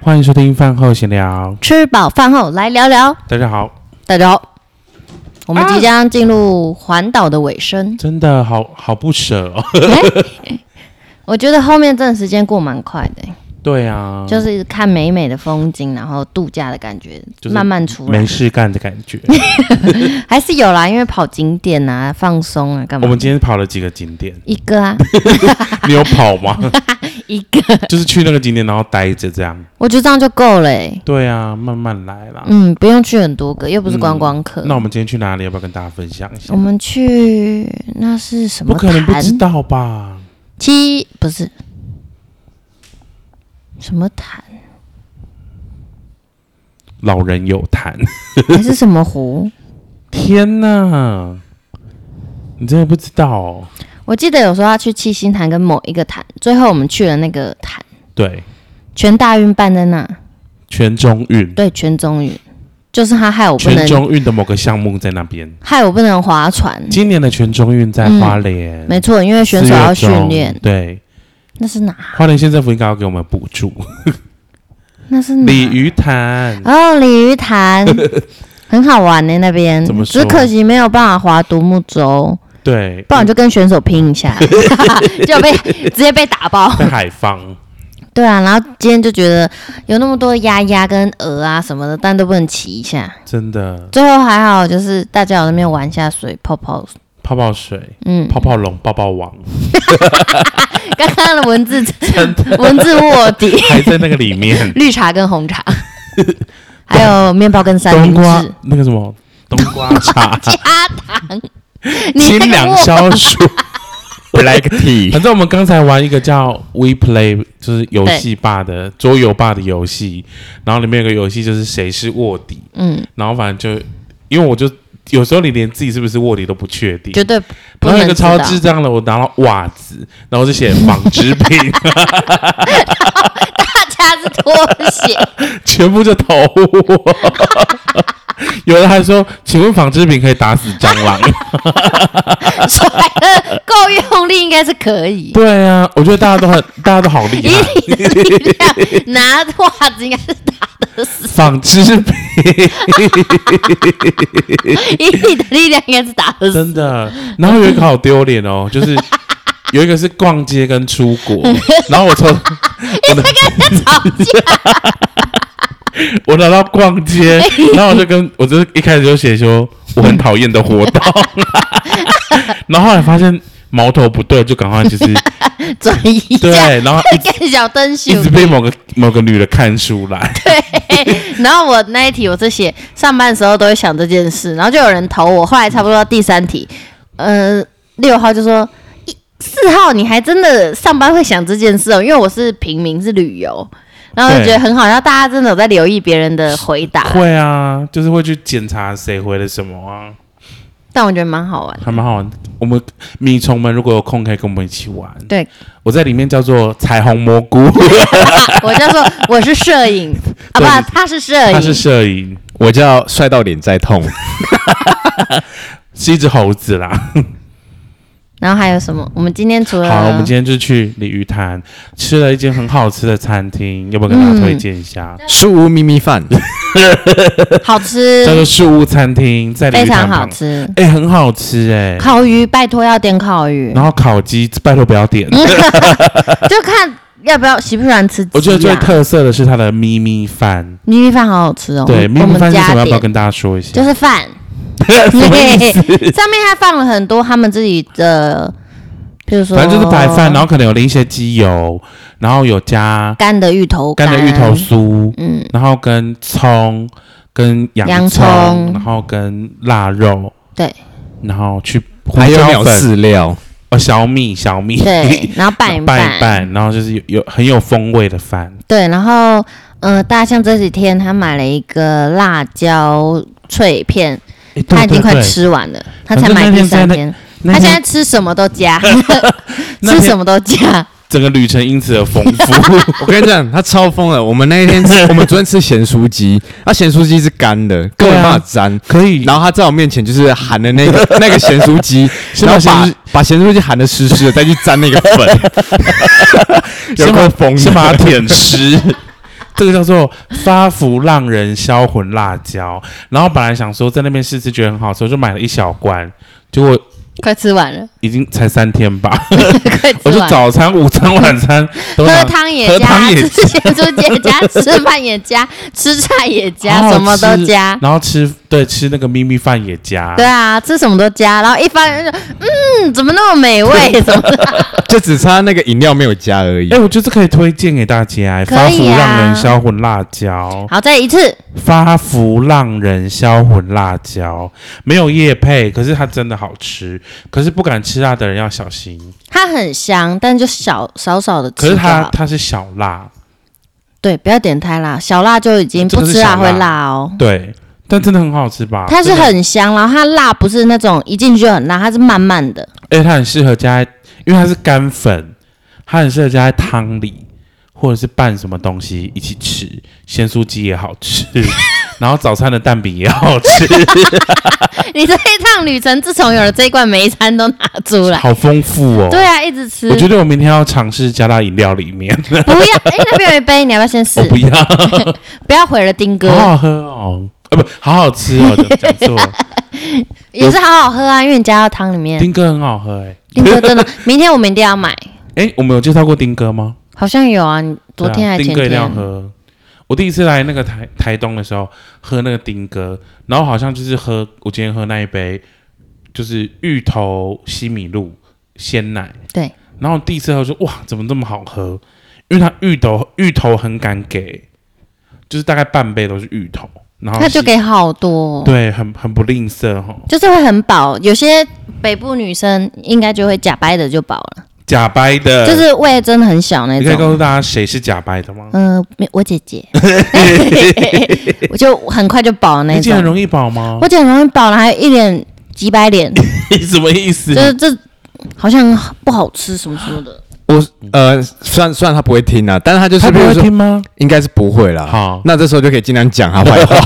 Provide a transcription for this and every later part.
欢迎收听饭后闲聊。吃饱饭后来聊聊。大家好，。大家好，我们即将进入环岛的尾声真的好好不舍哦。哎我觉得后面真的时间过蛮快的、 对啊，就是看美美的风景，然后度假的感觉，就是慢慢出来没，事干的感 觉。还是有啦，因为跑景点啊、放松啊，干我嘛，们？今天跑了几个景点 一个啊，你有跑吗？ 一个，就是去那个景点，然后待着这样。我觉得这样就够了、欸。对啊，慢慢来啦。嗯，不用去很多个，又不是观光客。嗯那我们今天去哪里？要不要跟大家分享一下我？们去那是什不么可能不潭？知道吧？七不是什么潭，老人有谈。还是什么湖？天哪，你真的不知道哦？我记得有说要去七星潭跟某一个潭，最后我们去了那个潭，对，全大运办在那，全中运，对，全中运，就是他害我不全能，中运的某个项目在那边。害我不能划船，今年的全中运在嗯花莲，没错，因为选手要训四月中练，对，啊那是哪？花莲县政府应该要给我们补助。那是哪？鲤鱼潭，哦，鲤 鱼潭，很好玩呢、那边怎么，只说可惜没有办法划独木舟，对，不然就跟选手拼 一下， 就被直接被打爆。在海防，对啊，然后今天就觉得有那么多鸭鸭跟鹅啊什么的，但都不能骑一下。真的最后还好，就是大家有那边玩一下水泡泡，泡泡水、 嗯，泡泡龙、泡泡王刚刚的文字文字卧 底，还在那个里面。绿茶跟红茶，还有面包跟 三冬明瓜治，那个什么冬瓜茶、加 糖， 你清那个凉卧消暑，Black Tea，反正我们刚才玩一个叫 We Play，就是游戏吧的桌游吧的游戏，然后里面有个游戏就是谁是卧底，嗯，然后反正就因为我就有时候你连自己是不是卧底都不确定，绝对不然后有一能个知超道。智障的，我拿到袜子，然后就写纺织 品，大家是拖鞋，全部就投我。 有人还说，请问纺织品可以打死蟑 螂？甩的够用力，应该是 可以。对啊，我觉得大家都很，大家都好厉以害。你的力量拿袜子应该是打 得死，纺织品以你的力量应该是打得死。真的，然后有一个好丢脸哦，就是有一个是逛街跟出 国，然后我抽你在跟人家吵架，我拿到逛街，然后我就跟我就是一开始就写说我很讨厌的活动，然后后来发现矛头不对，就赶快就是转移一 对下，，然后一直跟小灯一秀直。被某个某个女的看出来，对， 然后我那一题我是写上班的时候都会想这件事，然后就有人投我，后来差不多到第三题，呃，六号就说一四号你还真的上班会想这件事哦，因为我是平民是旅游，然后就觉得很好，然后大家真的有在留意别人的 回答，会啊，就是会去检查谁回了什么啊，但我觉得蛮好玩的。 还蛮好玩。我们米虫们如果有空可以跟我们一起玩，对，我在里面叫做彩虹蘑菇，我叫做我是摄 影啊，对不，他是摄它是影，摄影，我叫帅到脸 在痛，是一只猴子啦。然后还有什么？我们今天除了好，我们今天就去鲤鱼潭吃了一间很好吃的餐厅，要不要跟大家推荐一下？树屋咪咪饭，好吃叫，做树屋餐厅，在鲤非鱼潭常好旁，吃。哎、很好吃哎、烤鱼，拜托要点烤鱼，嗯然后烤鸡，拜托不要点。 就看要不要喜不喜欢吃鸡、啊。我觉得最特色的是它的咪咪饭，咪咪饭好好吃哦。对，咪我咪们饭是加什么？要点不要跟大家说一下？就是 饭， 什么意思 上面还放了很多他们自己的，比如说反正就是白饭，然后可能有淋一些鸡油，然后有加干的芋头干的芋头酥，嗯，然后跟葱、跟洋洋葱，葱然后跟腊肉，对，然后去胡 还有椒鸟粉。饲料，哦，小米小米， 对，然后拌一拌一拌，然后就是有有很有风味的饭，对，然后呃，大象这几天他买了一个辣椒脆片，诶哎对他已经对快对吃完了，他才反正买那第天在三那天，那他现在天吃什么都加， 那吃天什么都加，整个旅程因此而丰富，我跟你讲，他超疯了。我们那一天吃，我们昨天吃咸酥鸡，那咸酥鸡是干的，根本没办法沾。 可以。然后他在我面前就是含了 那个那个咸酥鸡，是吗然后咸把酥 把咸酥鸡含的湿湿的，再去沾那个粉。有先把够疯的先把它舔湿。 这个叫做发福浪人销魂辣椒。然后本来想说在那边试吃觉得很好吃，我就买了一小罐，结果快吃完了，已经才三天吧。啊 快吃我就完了。早餐、午餐、晚餐都喝拿汤也喝加，汤 也吃咸猪 也加，吃饭也加，吃菜也加，好好什么都吃加。然后吃对吃那个咪咪饭也加，对啊，吃什么都加，然后一翻就嗯，怎么那么 美味？什么的就只差那个饮料没有加而已哎、。我觉得这可以推荐给大家、可以啊发福浪人销魂辣椒，好，再一次，发福浪人销魂辣椒没有叶配，可是它真的好吃，可是不敢吃辣的人要小心。它很香，但就小少少的可吃是就好它它是小辣，对，不要点太辣，小辣就已经这不个是吃辣小会辣辣哦。对，但真的很好吃吧？它是真的，很香，然后它辣不是那种一进去就很辣，它是慢慢 的。而且它很适合加在，因为它是干粉，它很适合加在汤里。或者是拌什么东西一起吃，咸酥鸡也好 吃，然后早餐的蛋饼也好吃，你这一趟旅程，自从有了这一罐，每一餐都拿出来。好丰富哦。对啊，一直吃。我觉得我明天要尝试加到饮料里面，不要，哎、那边有一杯，你要不要先试？我不不要，要毁了丁哥，好好喝哦，啊不，好好吃 哦，讲错了，也是好好喝啊，因为你加到汤里面。丁哥很好喝哎，丁哥真的， 明天我们一定要买，哎，我们有介绍过丁哥吗？好像有啊，你昨天还对啊前丁哥一定要天。喝。我第一次来那个台台东的时候喝那个丁哥，然后好像就是喝我今天喝那一杯，就是芋头西米露鲜奶，对，然后第一次喝说哇怎么这么好喝，因为它芋头芋头很敢给，就是大概半杯都是芋头，然后那就西给好多、对，很很不吝啬哈。就是会很饱。有些北部女生应该就会假掰的就饱了，假掰的，就是胃真的很小那你可以种。告诉大家谁是假掰的吗？嗯、没我姐 姐，我就很快就饱了你那竟然种。容易饱吗 我？姐很容易饱了，还有一脸几百脸，你什么意思就？是这好像不好吃什么什么的。我呃，虽然虽然他不会听啊，但是他就是他不比如会说听吗？应该是不会啦。好那这时候就可以尽量讲他 坏话。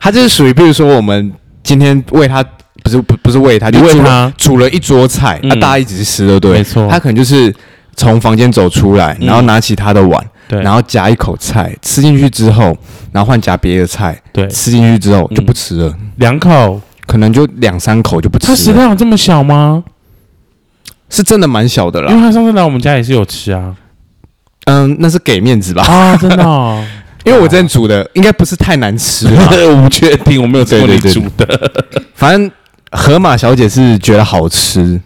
他就是属于，比如说我们今天为他不是不不是为他，你就喂煮了他煮了一桌菜，那、嗯大家一起去吃，对不对？没错他可能就是从房间走出来，嗯然后拿起他的碗，对，然后夹一口菜，吃进去之后，然后换夹别的菜，对嗯吃进去之后就不吃了，两口，可能就两三口就不他吃食了，量有这么小吗？是真的蛮小的因啦为。他上次来我们家也是有吃啊，嗯，那是给面子吧，啊，真的哦， 因为我之前煮的应该不是太难吃啦。我不确定，我没有吃过你对对对煮的，反正河马小姐是觉得好吃，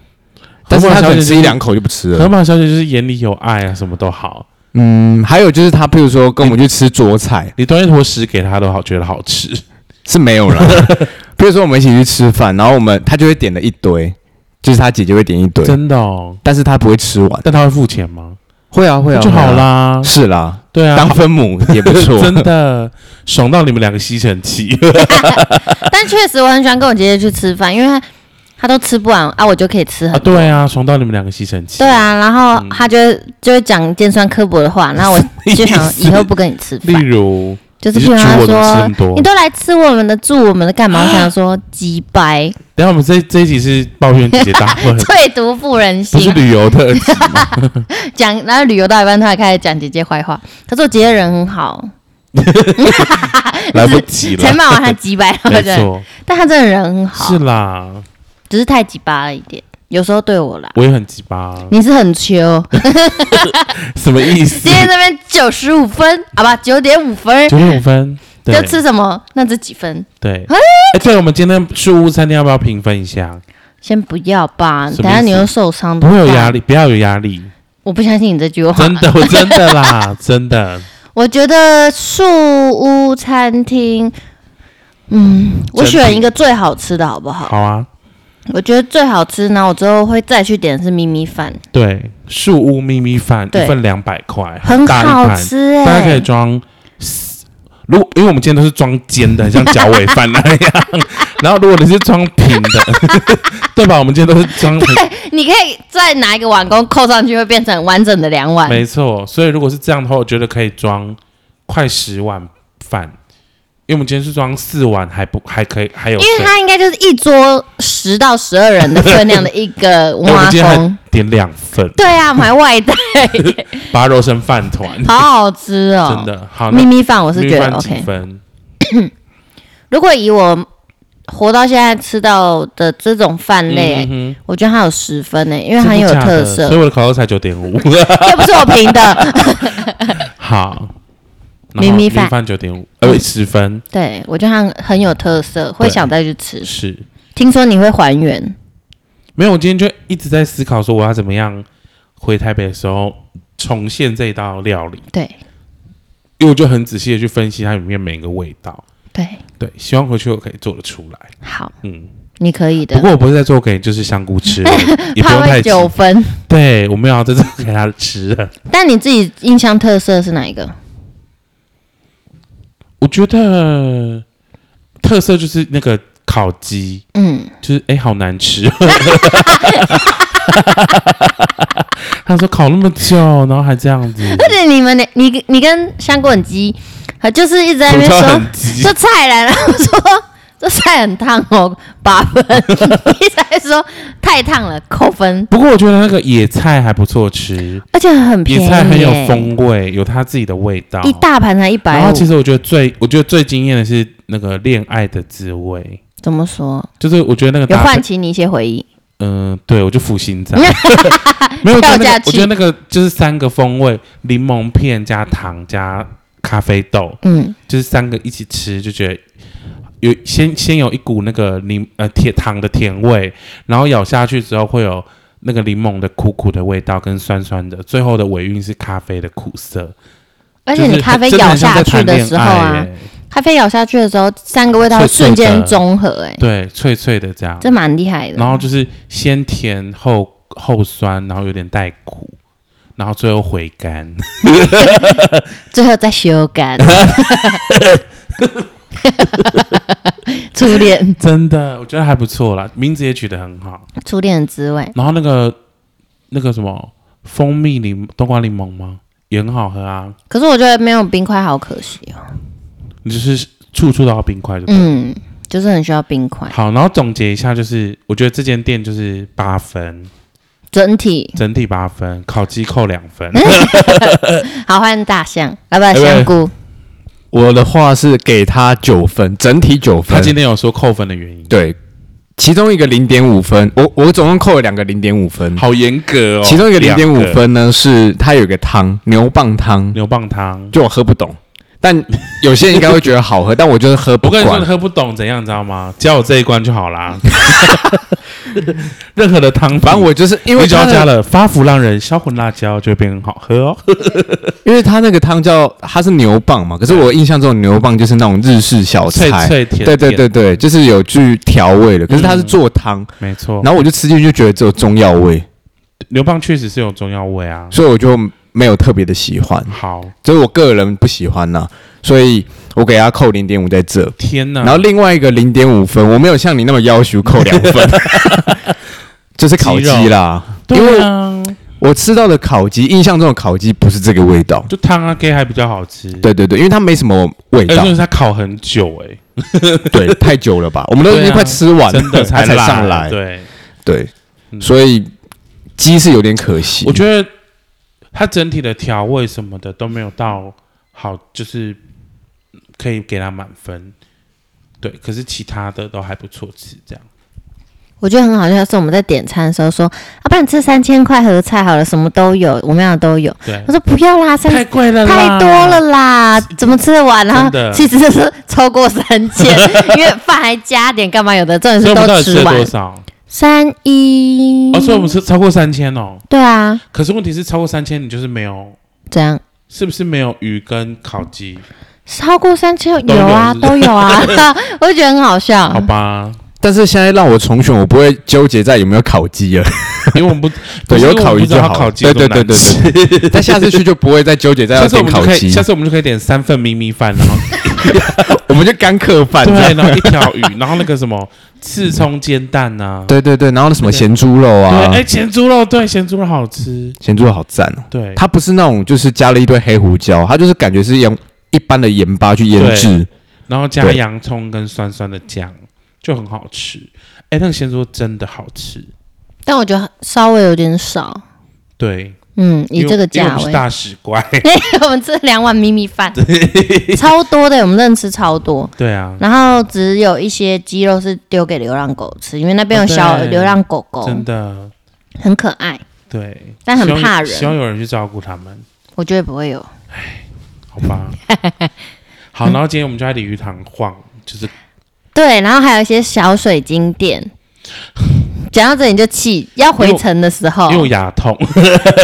但是她可能吃一两口。口就不吃 河了。马小姐就是眼里有爱啊，什么都好，嗯，还有就是她，譬如说跟我们去吃桌菜你端一坨屎给她都好，觉得好吃。是没有 啦。譬如说我们一起去吃饭，然后我们她就会点了一堆，就是她姐姐会点一堆，真的哦，但是她不会吃完。但她会付钱吗？会啊会啊，那就好会啊。啦，是啦，对啊，当分母也不 错。真的爽到你们两个吸尘 器。啊但确实我很喜欢跟我姐姐去吃饭，因为她她都吃不完啊，我就可以吃很啊，多。对啊，爽到你们两个吸尘器。对，啊，嗯然后她就会就会讲尖酸刻薄的话， 然后我就想以后不跟你吃例饭，如就是你譬如是猪她我怎么吃那么说多你都来吃我们的住我们的干嘛？我想 说鸡掰，，等一下我们这这一集是抱怨姐姐大会 最毒妇人不是心。旅游特辑。讲然后旅游到一半，她还开始讲姐姐坏话。可是我姐姐人很好，啊来不及了才骂完她鸡掰，然 后没就错，但她真的人很好是，啦，只是太鸡巴了一点，有时候对我啦。我也很鸡巴，你是很秋，什么意思今？天这边九十五分，好吧，九点五分，九点五分，对要吃什么？那这几分对。哎，对，我们今天树屋餐厅要不要评分一下？先不要吧，什么意思等下你又受伤，不会有压力。力，不要有压力，我不相信你这句话真，的， 我真的啦，真的。我觉得树屋餐厅，嗯，我选一个最好吃的好不好？好啊，我觉得最好吃呢，我之后会再去点的是咪咪饭，对，树屋秘密饭对一份两百块，很大一好盘。吃哎、大家可以装，如果因为我们今天都是装尖的，很像脚尾饭那 样。然后如果你是装平的，对吧？我们今天都是装平，你可以再拿一个碗公扣上去，会变成完整的两碗。没错。所以如果是这样的话，我觉得可以装快十碗饭，因为我们今天是装四碗，还不还可以，还有因为剩它应该就是一桌十到十二人的分量的一 个对我蛙们今天还风。点两份，对啊，我们还外 带，把它揉成饭团，好好吃哦！真的好。咪那咪饭我是米觉得饭几 OK。分？如果以我活到现在吃到的这种饭类，嗯我觉得它有十分呢，因为哼，很有真的假特的所色，以我的烤肉才九点五， 又不是我评 的。好。然咪后咪米饭嗯饭九点五，呃，十分对，我觉得它很很有特色，会对想再去吃。是。听说你会还原，没有，我今天就一直在思考说我要怎么样回台北的时候重现这道料理，对因为我就很仔细的去分析它里面每一个味道。对，对，希望回去我可以做得出来。好，嗯，你可以不的。过我不是在做给就是香菇吃 的，也不怕用会太急。九分，对，我没有要在这做给他吃的。但你自己印象特色是哪一个？我觉得特色就是那个烤鸡，嗯，就是哎、好难吃。 他说烤那么久，然后还这样子，而且你们你你你跟香菇很鸡，呃就是一直在那边口罩说很 急这菜来了，我说这菜很烫哦，八分。 你才说太烫了，扣分，不过我觉得那个野菜还不错吃，而且很便宜野耶，菜很有风味，有它自己的味道。一大盘才一然百后五其，实我觉得最，我觉得最惊艳的是那个恋爱的滋味，怎么说？就是我觉得那个有搭配唤，起你一些回忆，嗯、对我就负心 脏，没有，我觉跳得那个下去我觉得那个就是三个风味，柠檬片加糖加咖啡豆，嗯，就是三个一起吃，就觉得有先先有一股那个柠呃甜糖的甜味，然后咬下去之后会有那个柠檬的苦苦的味道跟酸酸的，最后的尾韵是咖啡的苦涩。而且就你是咖啡真的咬很像下在去谈的恋时候爱啊，耶咖啡咬下去的时候，三个味道脆会脆瞬间的中和、哎，对，脆脆的这样，这蛮厉害的。然后就是先甜后后酸，然后有点带苦。然后最后回甘， 最后再修 改。初恋，真的我觉得还不错啦，名字也取得很好。初恋的滋味，然后那个那个什么蜂蜜柠冬瓜柠檬吗？也很好喝啊，可是我觉得没有冰块好可惜哦。你就是处处都要冰块就对了。嗯，就是很需要冰块，好，然后总结一下，就是我觉得这间店就是八分，整体整体八分，烤鸡扣两分。好换大象，啊不不是香菇， 我的话是给他九分，整体 九他分。今天有说扣分的原因，对，其中一个零点五分，我我总共扣了两个零点五分。好严格哦。其中一个零两点五分呢，是它有一个汤牛蒡汤，牛蒡汤，就我喝不懂，但有些人应该会觉得好喝， 但我就是喝不我跟你说惯你。喝不懂怎样，你知道吗？教我这一关就好啦。 任何的汤品，反正我就是因为你只要它的加了发福浪人、销魂辣椒，就会变很好喝哦。因为它那个汤叫它是牛蒡嘛，可是我印象中牛蒡就是那种日式小脆菜，脆甜甜，对对对对，就是有去调味嗯的，可是它是做汤，没错。然后我就吃进去就觉得只有中药味，牛蒡确实是有中药味啊。所以我就没有特别的喜欢，好，这是我个人不喜欢呐、所以我给它扣零点五在这。天哪！然后另外一个零点五分，我没有像你那么要求扣两 分，就是烤鸡啦。因对为啊，我吃到的烤鸡，印象中的烤鸡不是这个味道。就汤啊 gay 还比较好吃。，对对对，因为它没什么味而道且，它烤很久哎、对，太久了吧？我们都已经快吃完了，啊真 的它才辣上来。对，对，嗯所以鸡是有点可惜。我觉得它整体的调味什么的都没有到好，就是可以给它满分。对，可是其他的都还不错吃，这样我觉得很好笑，是我们在点餐的时候说，啊不然吃三千块合菜好了，什么都有，我们要的都有。对我。说不要啦，三嗯太贵了啦，太多了啦，怎么吃得完？然后真的其实是超过三千， 因为饭还加点干嘛？有的重点所以是我们到都底吃了吃多完少？三一。哦，所以我们吃超过三千哦。对啊，可是问题是，超过三千你就是没有，这样是不是没有鱼跟烤鸡？超过三千都有有啊，是不是都 有啊，我就觉得很好笑好。吧，但是现在让我重选，我不会纠结在有没有烤 鸡了。因为我们不对，不是有因为我烤们鱼不知就道好。烤鸡对对多对难对吃对。但下次去就不会再纠结在下要次我点们就烤可以，鸡下，次我们就可以点三份咪咪饭，然后我们就干客饭这对，样。然后一条鱼，然后那个什么刺葱煎蛋呐、啊，对对对，然后那什么对咸猪肉啊对，，哎，咸猪肉，对，咸猪肉好吃，咸猪肉好赞哦。对，它不是那种就是加了一堆黑胡椒，它就是感觉是用一般的盐巴去腌制，然后加对洋葱跟酸酸的酱，就很好吃。哎、那个咸酥真的好吃，但我觉得稍微有点少。对，嗯，因以为这个因为价我们是位，大使怪， 我们这两碗咪咪饭超多的，我们认吃超多。对啊，然后只有一些鸡肉是丢给流浪狗吃，因为那边有哦小对流浪狗 狗，真的很可爱。对，但很希望怕人希望有人去照顾他们，我觉得不会有，好 吧？好，然后今天我们就在鲤鱼塘晃，就是对，然后还有一些小水 晶店。讲到这里你就气，要回程的时候因为，我牙痛，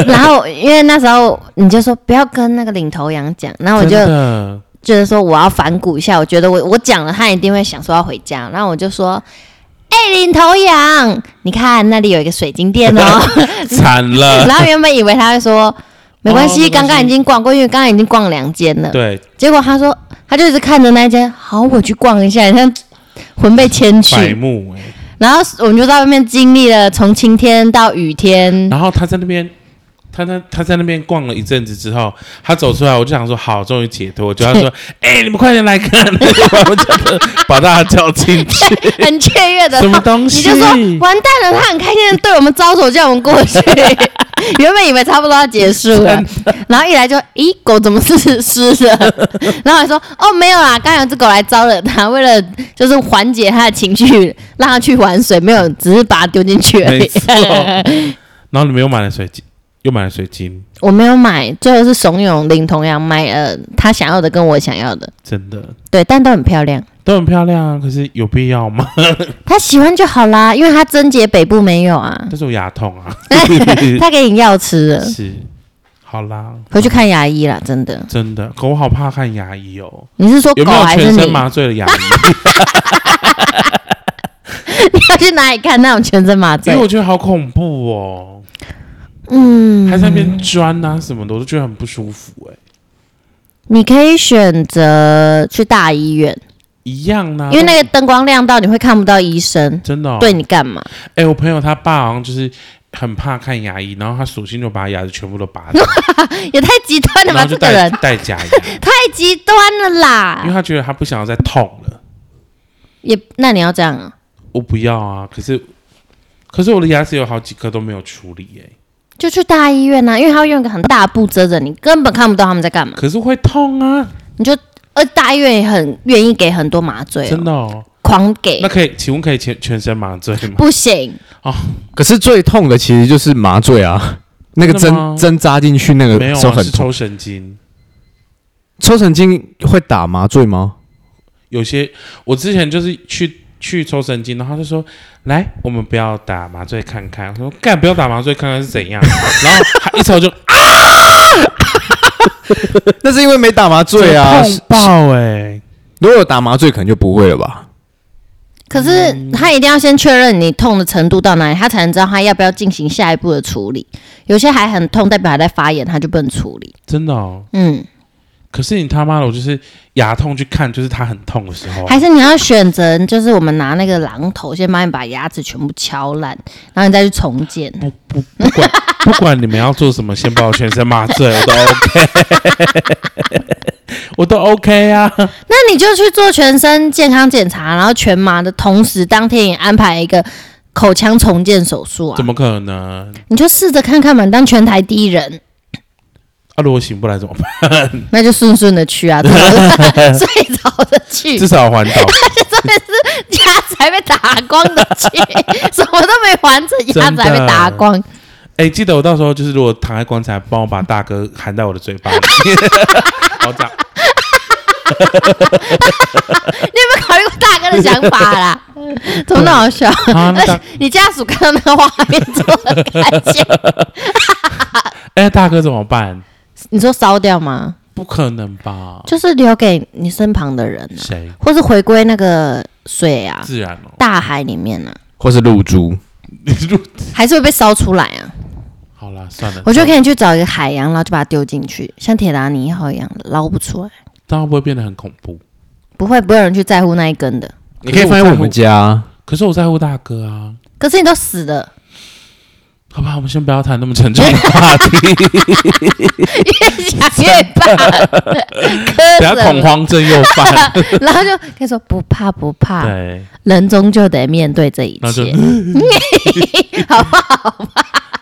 然后因为那时候你就说不要跟那个领头羊讲，然后我就真 的觉得说我要反骨一下，我觉得我我讲了，他一定会想说要回家，然后我就说，哎、领头羊，你看那里有一个水晶店 哦，惨了，然后原本以为他会说没关哦没关系，系刚刚已经逛过，因为刚刚已经逛两间了。 对，结果他说他就一直看着那一间，好，我去逛一下，像魂被牵白去。嗯目哎、然后我们就在外面经历了从晴天到 雨天，然后他在那边。他在他在那边逛了一阵子之后，他走出来，我就想说好，终于解脱。我就要 说，哎、你们快点来看， 我就把大家叫进 去，很雀跃的什。么东你西？就说完蛋了，他很开心的对我们招手，叫我们过 去。原本以为差不多要结束了，然后一来就，咦，狗怎么是湿的？然后还说，哦，没有啦，刚有只狗来招惹他，为了就是缓解他的情绪，让他去玩水，没有，只是把它丢进去而没已。 错。然后你们又买了水晶，又买了水晶，我没有买，最后是怂恿林童阳买呃他想要的跟我想要的，真的对，但都很漂亮。都很漂亮啊。可是有必要吗？ 他喜欢就好啦，因为他贞洁北部没有啊，但是我牙痛啊，他给你药吃了，是。好啦，回去看牙医啦，真的。真的，可我好怕看牙医哦。你是说有狗没有还是全你？身麻醉的牙 医？你要去哪里看那种全身麻因醉为？我觉得好恐怖哦，嗯，还在那边钻啊什么的，我都觉得很不舒服哎、你可以选择去大医院，一样呢、因为那个灯光亮到你会看不到医生，真啊的、哦、对你干嘛？哎、我朋友他爸好像就是很怕看牙医，然后他索性就把他牙齿全部都 拔掉，也太极端了然吧，后就这个戴人戴假 牙，太极端了因为啦！他觉得他不想要再痛了。也那你要这样啊，我不要啊，可是可是我的牙齿有好几颗都没有处理哎、就去大医院啊，因为他会用一个很大的布遮着你，根本看不到他们在干嘛。可是会痛啊，你就而大医院也很愿意给很多麻醉、真哦，的哦。狂给那可以，请问可以全全身麻醉吗？不行，可是最痛的其实就是麻醉啊， 那个真的吗针针扎进去那没个有、时候啊，呃很是痛抽。神经。抽神经会打麻醉吗？ 有些我之前就是去去抽神经，然后他就说：“来，我们不要打麻醉看看。”我说：“干，不要打麻醉看看是怎样。” 然后他一抽就那是因为没打麻醉啊。痛爆哎、如果有打麻醉，可能就不会了吧？可嗯是他一定要先确认你痛的程度到哪里，他才能知道他要不要进行下一步的处理。有些还很痛，代表还在发炎，他就不能处理。真的哦。嗯，可是你他妈的，我就是牙痛去看，就是他很痛的时候啊，还是你要选择，就是我们拿那个榔头先帮你把牙齿全部敲烂，然后你再去重建。不不不管不管你们要做什么，先把我全身麻醉，我都 OK，我 都 OK 啊。那你就去做全身健康检查，然后全麻的同时，当天也安排一个口腔重建手术啊怎。么可能？你就试着看看嘛，你当全台第一人，啊，如果醒不来怎么办？那就顺顺的去啊，最早 的最早的去，至少要环岛， 牙齿还被打光的去，什么都没完成，牙齿还被打光。哎、记得我到时候就是如果躺在棺材，帮我把大哥含在我的嘴巴里。 好长，你有没有考虑过大哥的想法啦？怎么那么好笑？啊那大而且你家属看到那个画面之后 的感觉，哎、大哥怎么办？你说烧掉吗？不可能吧？就是留给你身旁的人、啊，谁？或是回归那个水啊、自然哦，大海里面啊，或是露珠？你就还是会被烧出来啊。 好啦，算了。我觉得可以去找一个海洋，然后就把它丢进去，像铁达尼号一样捞不出来。但会不会变得很恐怖？不会，不会有人去在乎那一根的。你可以放在我们家啊。可是我在乎大哥啊。可是你都死了，好吧，我们先不要谈那么沉重 的话题，越想越怕，不磕要恐着，慌症又 犯。然后就跟你说不怕不怕，对，人终究得面对这一那就 切，好不好？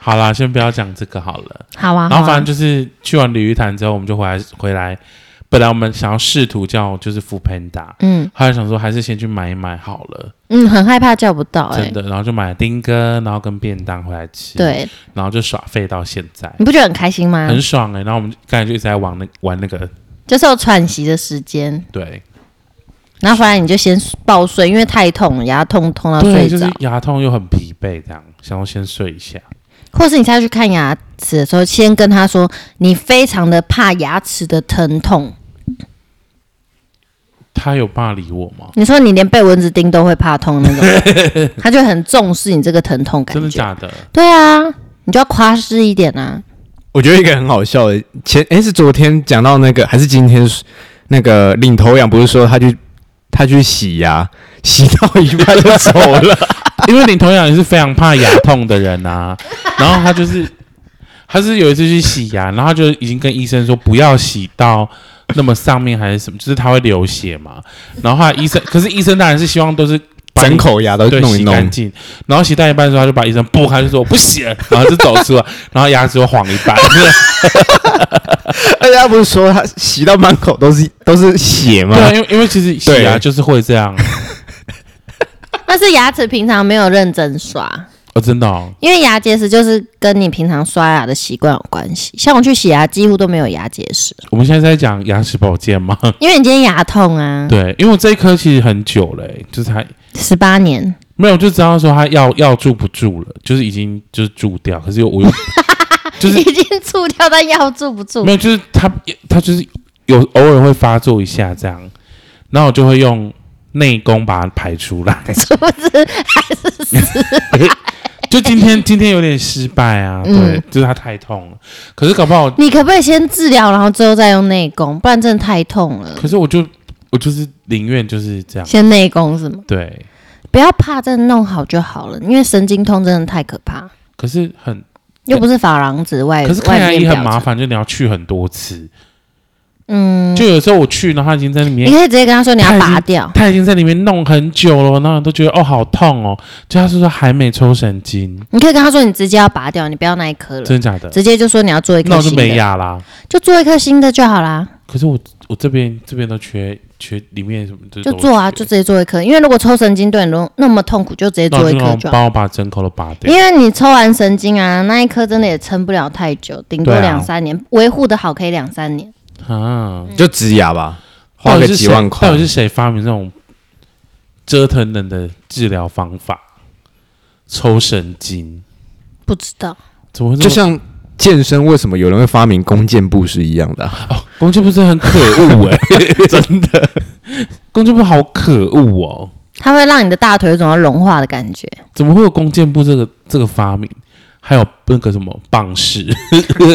好啦，先不要讲这个好了。好啊，然后好反啊正就是去完鲤鱼潭之后，我们就回来回来。本来我们想要试图叫就是 f o o Panda，嗯后来想说还是先去买一买好了，嗯，很害怕叫不到，哎真，的。然后就买了丁哥，然后跟便当回来吃，，对，嗯然后就耍废到现在，你不觉得很开心吗？很爽哎、然后我们就刚才就一直在玩那玩那个，就是有喘息的时间，对然后反正你就先抱睡，因为太痛，牙痛痛到啊睡对，就着是，牙痛又很疲惫，这样想要先睡一下。或是你下去看牙齿的时候，先跟他说你非常的怕牙齿的疼痛，他有办法理我吗？你说你连被蚊子叮都会怕痛那种，他就很重视你这个疼痛感真的觉。假的？对啊，你就要夸饰一点啊。 我觉得一个很好笑的，前诶是昨天讲到那个，还是今天那个领头羊不是说他去他去洗牙，洗到一半就走了， 因为你同样也是非常怕牙痛的人啊。 然后他就是，他是有一次去洗牙，然后他就已经跟医生说不要洗到那么上面还是什么，就是他会流血嘛。然后后来医生，可是医生当然是希望都是把你整口牙都对弄一洗干弄。净。然后洗到一半的时候，他就把医生拨开，就说我不洗了，然后就走出来， 然后牙齿又晃一半。而且哎他不是说他洗到满口都是都是血吗？ 对，因为因为其实洗牙就是会这样。但是牙齿平常没有认真刷，哦，真的、哦，因为牙结石就是跟你平常刷牙的习惯有关系。像我去洗牙，几乎都没有牙结石，我们现在在讲牙齿保健吗？因为你今天牙痛啊，对，因为我这一颗其实很久了、欸就是还十八年。没有，就知道说他要要住不住了，就是已经就是住掉，可是又我又就是 已经蛀掉，但药住不住没。有，就是他他就是有偶尔会发作一下这样，然后我就会用内功把它排出来。 是不是？就今天今天有点失败啊，对，嗯就是他太痛了，可是搞不好， 你可不可以先治疗，然后最后再用内功？不然真的太痛了可。是我就我就是宁愿就是这样，先内功是吗？对，不要怕，真的弄好就好了。因为神经痛真的太可怕，可是很又不是珐琅质外，可是看牙哎外医面很表麻层。烦，就你要去很多次，嗯，就有时候我去，然后他已经在里面你可以直接跟他说你要他已经拔掉。他已经在里面弄很久了，然后都觉得哦好痛哦，就他是说还没抽神经，你可以跟他说你直接要拔掉，你不要那一颗了，真的假的？直接就说你要做一那颗我就嗯新没的，牙啦。就做一颗新的就好啦。可是我我这边这边都缺缺里面什么就就做啊，就直接做一颗。因为如果抽神经对你那那么痛苦，就直接那我做一就颗让就好。帮我把整口都拔掉因。为你抽完神经啊，那一颗真的也撑不了太久，顶多对啊两三年，维护的好可以两三年。啊，就植牙吧，花到个底是几谁万块到底。是谁发明这种折腾人的治疗方法？抽神经不知道，怎么会这就么？像健身为什么有人会发明弓箭步是一样的啊、弓箭步真的很可恶 哎、 真的，弓箭步好可恶哦。它会让你的大腿有种要融化的感 觉。怎么会有弓箭步这个这个发明？还有那个什么棒式，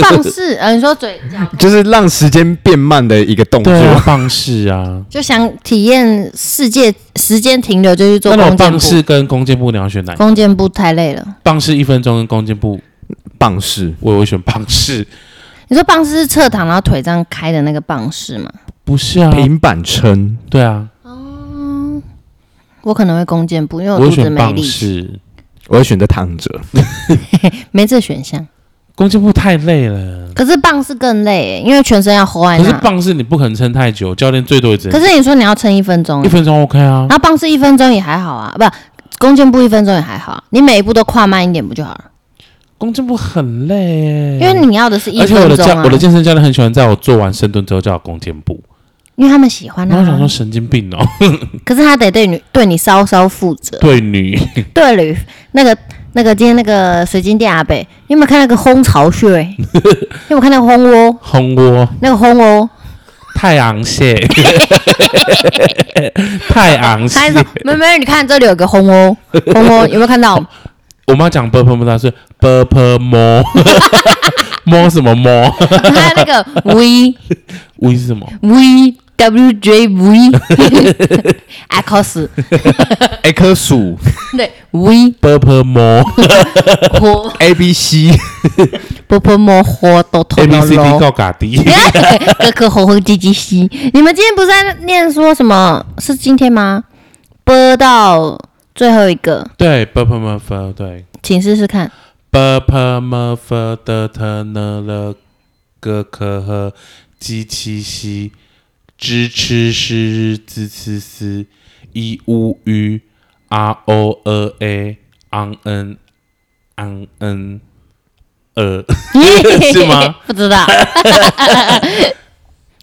放肆，呃，你说嘴角，就是让时间变慢的一个动 作。对啊，棒式啊。就想体验世界时间停留，就去做那种弓箭棒式步。跟弓箭步，你要选哪一个？弓箭步太累了。棒式一分钟跟弓箭步，棒式，我我选棒式，你说棒式是侧躺，然后腿这样开的那个棒式吗？不是啊？平板撑，对啊，我可能会弓箭步，因为我肚子选没棒力气，式。我会选择躺着。没这选项。弓箭步太累了，可是棒式更累、因为全身要 hold 在可是那。棒式你不可能撑太久，教练最多也只哎可能是你说你要撑一分钟、一分钟 OK 啊然。后棒式一分钟也还好啊，不，弓箭步一分钟也还好啊，你每一步都跨慢一点不就好了？弓箭步很累因欸，为你要的是一而且我分的钟教啊我，的健身教练很喜欢在我做完深蹲之后叫我弓箭步，因为他们喜欢然后我想啊说。神经病哦，可是他得对你对你稍稍负责。对女 对了，那个那个今天那个水晶店阿北，你有没有看那个烘 巢穴？你有没有看那个烘窝？红窝。那个烘窝，太昂蟹，太昂蟹他。就说妹妹，你看这里有个烘窝，烘窝有没有看到？我们要讲 purple 不知道是 purple 摸 摸什么摸？还有那个 V 为什么？ V WJV，阿啊 cos 哎，科属对 V purple more 活 A B C 波波摸活都头 A B 脑 C D 咯。告嘎低， 哥哥红红唧唧兮，你们今天不是在念说什么？是今天吗？播到最后一个，对 purple more fur 对请试试看。 purple more fur 的特呢了个可和鸡七夕支吃是日支吃思一乌鱼啊哦呃 R O 二 A on n on n 嗯呃， 是吗？ 不知道。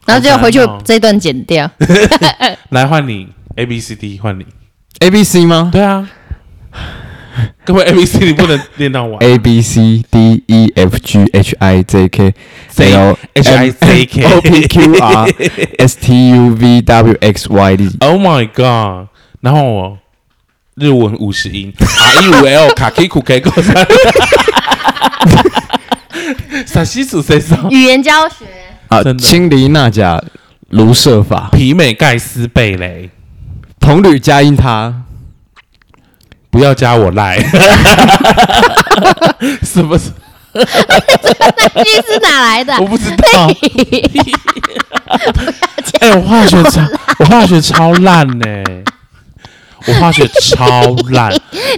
然后就回去好难哦这一段剪掉。来换你 A B C D 换你， A B C 吗对啊，各位 A B C 你不能练到 完？A B C D E F G H I J K L H I J K O P Q R S T U V W X Y D。 Oh my god！然后我日文五十音，R E 五 L 卡 K 苦 K 够三。陕西属谁上？语言教学，啊真，的青梨那甲卢舍法，皮美盖斯贝雷，铜铝加音他，不要加我 赖。什么？ 那句是哪来的？我不知道。哎、我化学 超，我化学超烂呢、我化学超烂，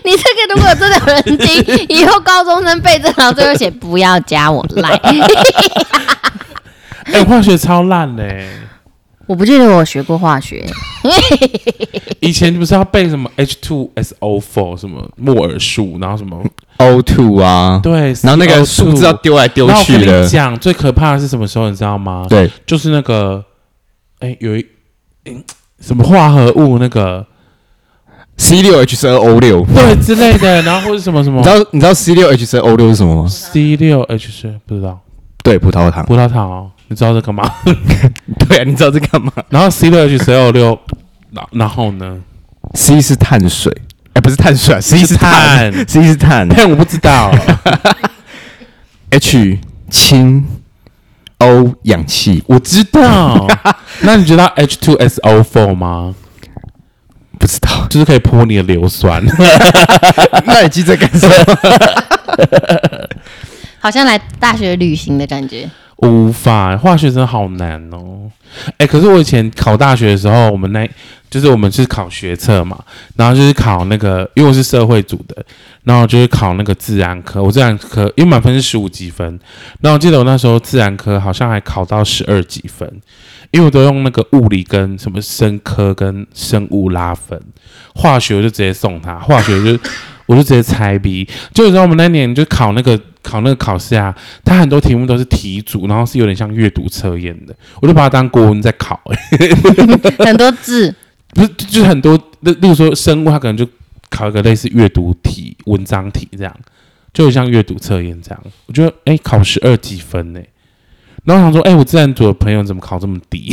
你这个如果真的有人听，以后高中生背这，然后最后写不要加我来。哎、我化学超烂呢、 我不记得我学过化学，以前不是要背什么 H two S O four 什么木耳树，然后什么 O two 啊，对，然后那个 CO2 数字要丢来丢然后我去跟你的，讲，最可怕的是什么时候，你知道吗？，对，就是那个，哎，有一嗯什么化合物那个， C 六 H 十二 O 六， 对之类 的，然后或者什么什么你知道你知道 C 六 H 十二 O 六是什么吗？ C 六 H 是不知道对，葡萄糖。葡萄糖哦，你知道这个 吗？ 对啊，你知道这干嘛然后 C 六 H 十二六，然然后呢？ ？C 是碳水，哎，不是碳水啊，C 是碳是，C 是碳但我不知 道， ，H 氢，O 氧气， 我知 道。那你知道 H two S O four 吗？。不知道就是可以泼你的硫 酸。 那你记这干什 么？好像来大学旅行的感觉。无法，化学真的好难哦。哎、可是我以前考大学的时候，我们那就是我们是考学测嘛，然后就是考那个，因为我是社会组的，然后就是考那个自然科。我自然科因为满分是十五积分，然后我记得我那时候自然科好像还考到十二几分，因为我都用那个物理跟什么生科跟生物拉分，化学我就直接送他，化学我就我就直接猜 B。就你知道我们那年就考那个考那个考试啊，它很多题目都是题组，然后是有点像阅读测验的，我就把它当国文在考、 欸，很多字，不是，就就是很多，例例如说生物，它可能就考一个类似阅读题、文章题这样，就很像阅读测验这样。我觉得，哎、考十二几分呢、然后我想说，哎、我自然组的朋友怎么考这么低？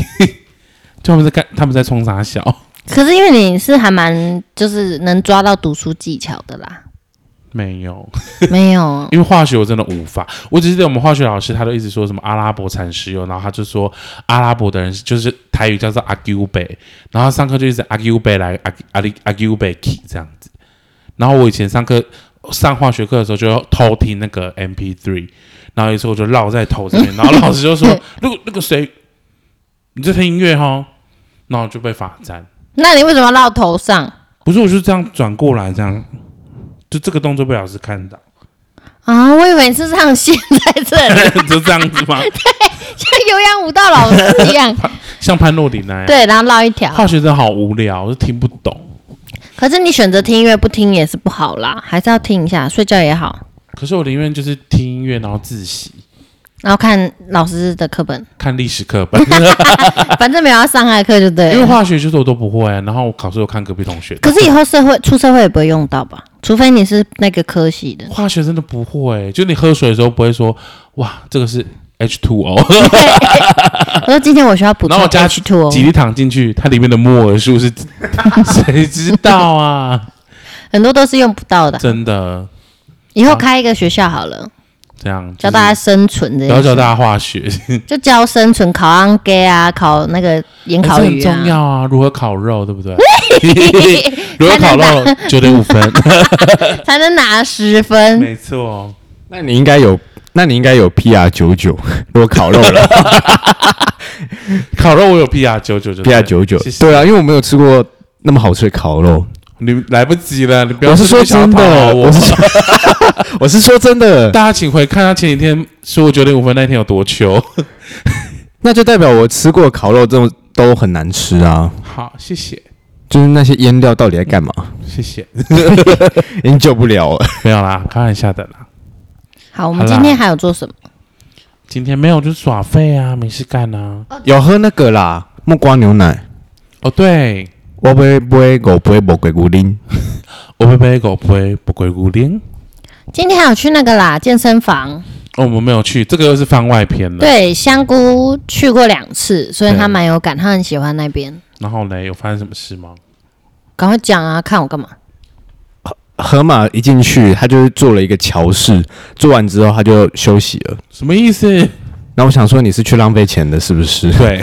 就他们在干，他们在冲啥小？ 可是因为你是还蛮就是能抓到读书技巧的啦，没有，没有，因为化学我真的无法，我只记得我们化学老师他都一直说什么阿拉伯产石油，然后他就说阿拉伯的人就是台语叫做阿 Q 贝，然后他上课就一直阿 Q 贝来阿阿里阿 Q 贝 key 这样子。然后我以前上课上化学课的时候就要偷听那个 MP 3然后有时候我就绕在头这边，然后老师就说那个那个谁，你在听音乐哈，然后就被罚站。那你为什么要绕头上不是，我就这样转过来这样，就这个动作被老师看到， 啊？我以为是上线在这里，就这样子吗？像 有氧舞蹈老师 一样，像潘若迪那样。对，然后绕一条。化学真的好无聊，我就听不懂。可是你选择听音乐不听也是不好啦，还是要听一下，睡觉也好，可是我宁愿就是听音乐，然后自习，然后看老师的 课本，看历史课本，反正没有要上他的课就对因为了。化学就是我都不会、啊然后我考试我看隔壁同学，，可是以后社会出社会也不会用到吧？除非你是那个科系的 化学真的不会、就你喝水的时候不会说哇这个是 H two O， 哦我说今天我需要补然充后我加 H two O，几粒糖进去，它里面的木耳素是谁知道啊？很多都是用不到的。真的，以后开一个学校好了，这样教大家生存这不要些，教大家化学，就教生存，考安给啊， 考那个盐烤欸鱼这很啊重。要啊，如何烤肉，对不 对？如何烤肉九点五分，才能拿十分。没错。那你应该有，那你应该有 PR 九九，如果烤肉了 烤肉我有 PR 九九，PR 九九谢，谢对啊，因为我没有吃过那么好吃的烤肉。你来不及了，你不要我是说真的，啊我啊我是 说，我是说真的，大家请回看他前几天说我九点五分那天有多糗。那就代表我吃过烤肉这种都很难吃啊，好，谢谢，就是那些腌料到底在干嘛，谢谢，研究不了。没有啦，开玩笑的啦。好，我们好啦今天还有做什么？今天没有就是耍废啊，没事干啊。有喝那个啦，木瓜牛奶，哦，对，我不会不会狗不会魔鬼骨丁，我被被狗陪不归孤零。今天还有去那个啦健身房，哦，我们没有去，这个又是番外篇了。对香菇去过两次，所以对他蛮有感，他很喜欢那边。然后呢，有发生什么事吗？赶快讲啊，看我干嘛？河马一进去，他就是做了一个桥式，做完之后他就休息了。什么意思？然后我想说你是去浪费钱的，是不是？对，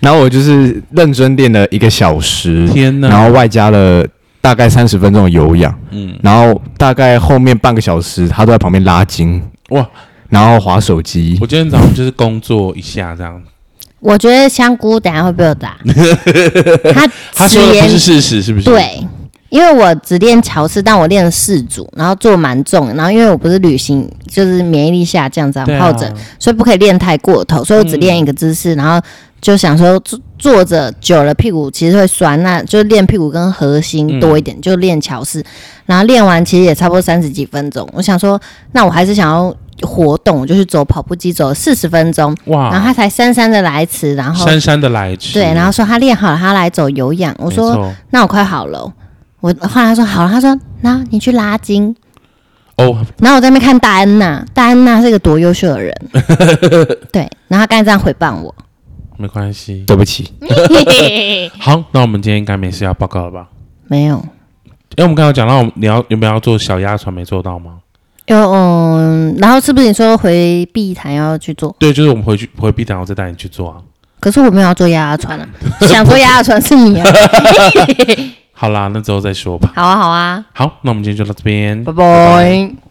然后我就是认真练了一个小时，天哪！然后外加了大概三十分钟的有氧，嗯，然后大概后面半个小时他都在旁边拉筋，哇，然后划手机我。今天早上就是工作一下这样。我觉得香菇等一下会被我 打。他他直说的言不是事实，是不是？，对，因为我只练乔式，但我练了四组，然后做蛮重的，然后因为我不是旅行，就是免疫力下降这样对啊疱疹，所以不可以练太过头，所以我只练一个姿势，然后就想说坐坐着久了屁股其实会酸，那就练屁股跟核心多一点，就练乔式，然后练完其实也差不多三十几分钟，我想说那我还是想要。活动我就去走跑步机，走了四十分钟，哇，然后他才姗姗的来迟，然后姗姗的来迟。对，然后说他练好了，他来走有氧。我没说错那我快好了哦。我后来他说好了，他说那你去拉筋。哦，然后我在那边看戴安娜，戴安娜是一个多优秀的人，对。然后他刚才这样回谤我，没关系。对不起，好，那我们今天应该没事要报告了吧？没有，因为我们刚刚讲到，你要有没有要做小鸭船没做到吗？有嗯。然后是不是你说回避谈要去做？对，就是我们回去回避档，我再带你去做啊。可是我没有要做鸭鸭船啊，想做鸭鸭船是你啊。好啦，那之后再说吧。好啊，好啊，好，那我们今天就到这边，拜拜。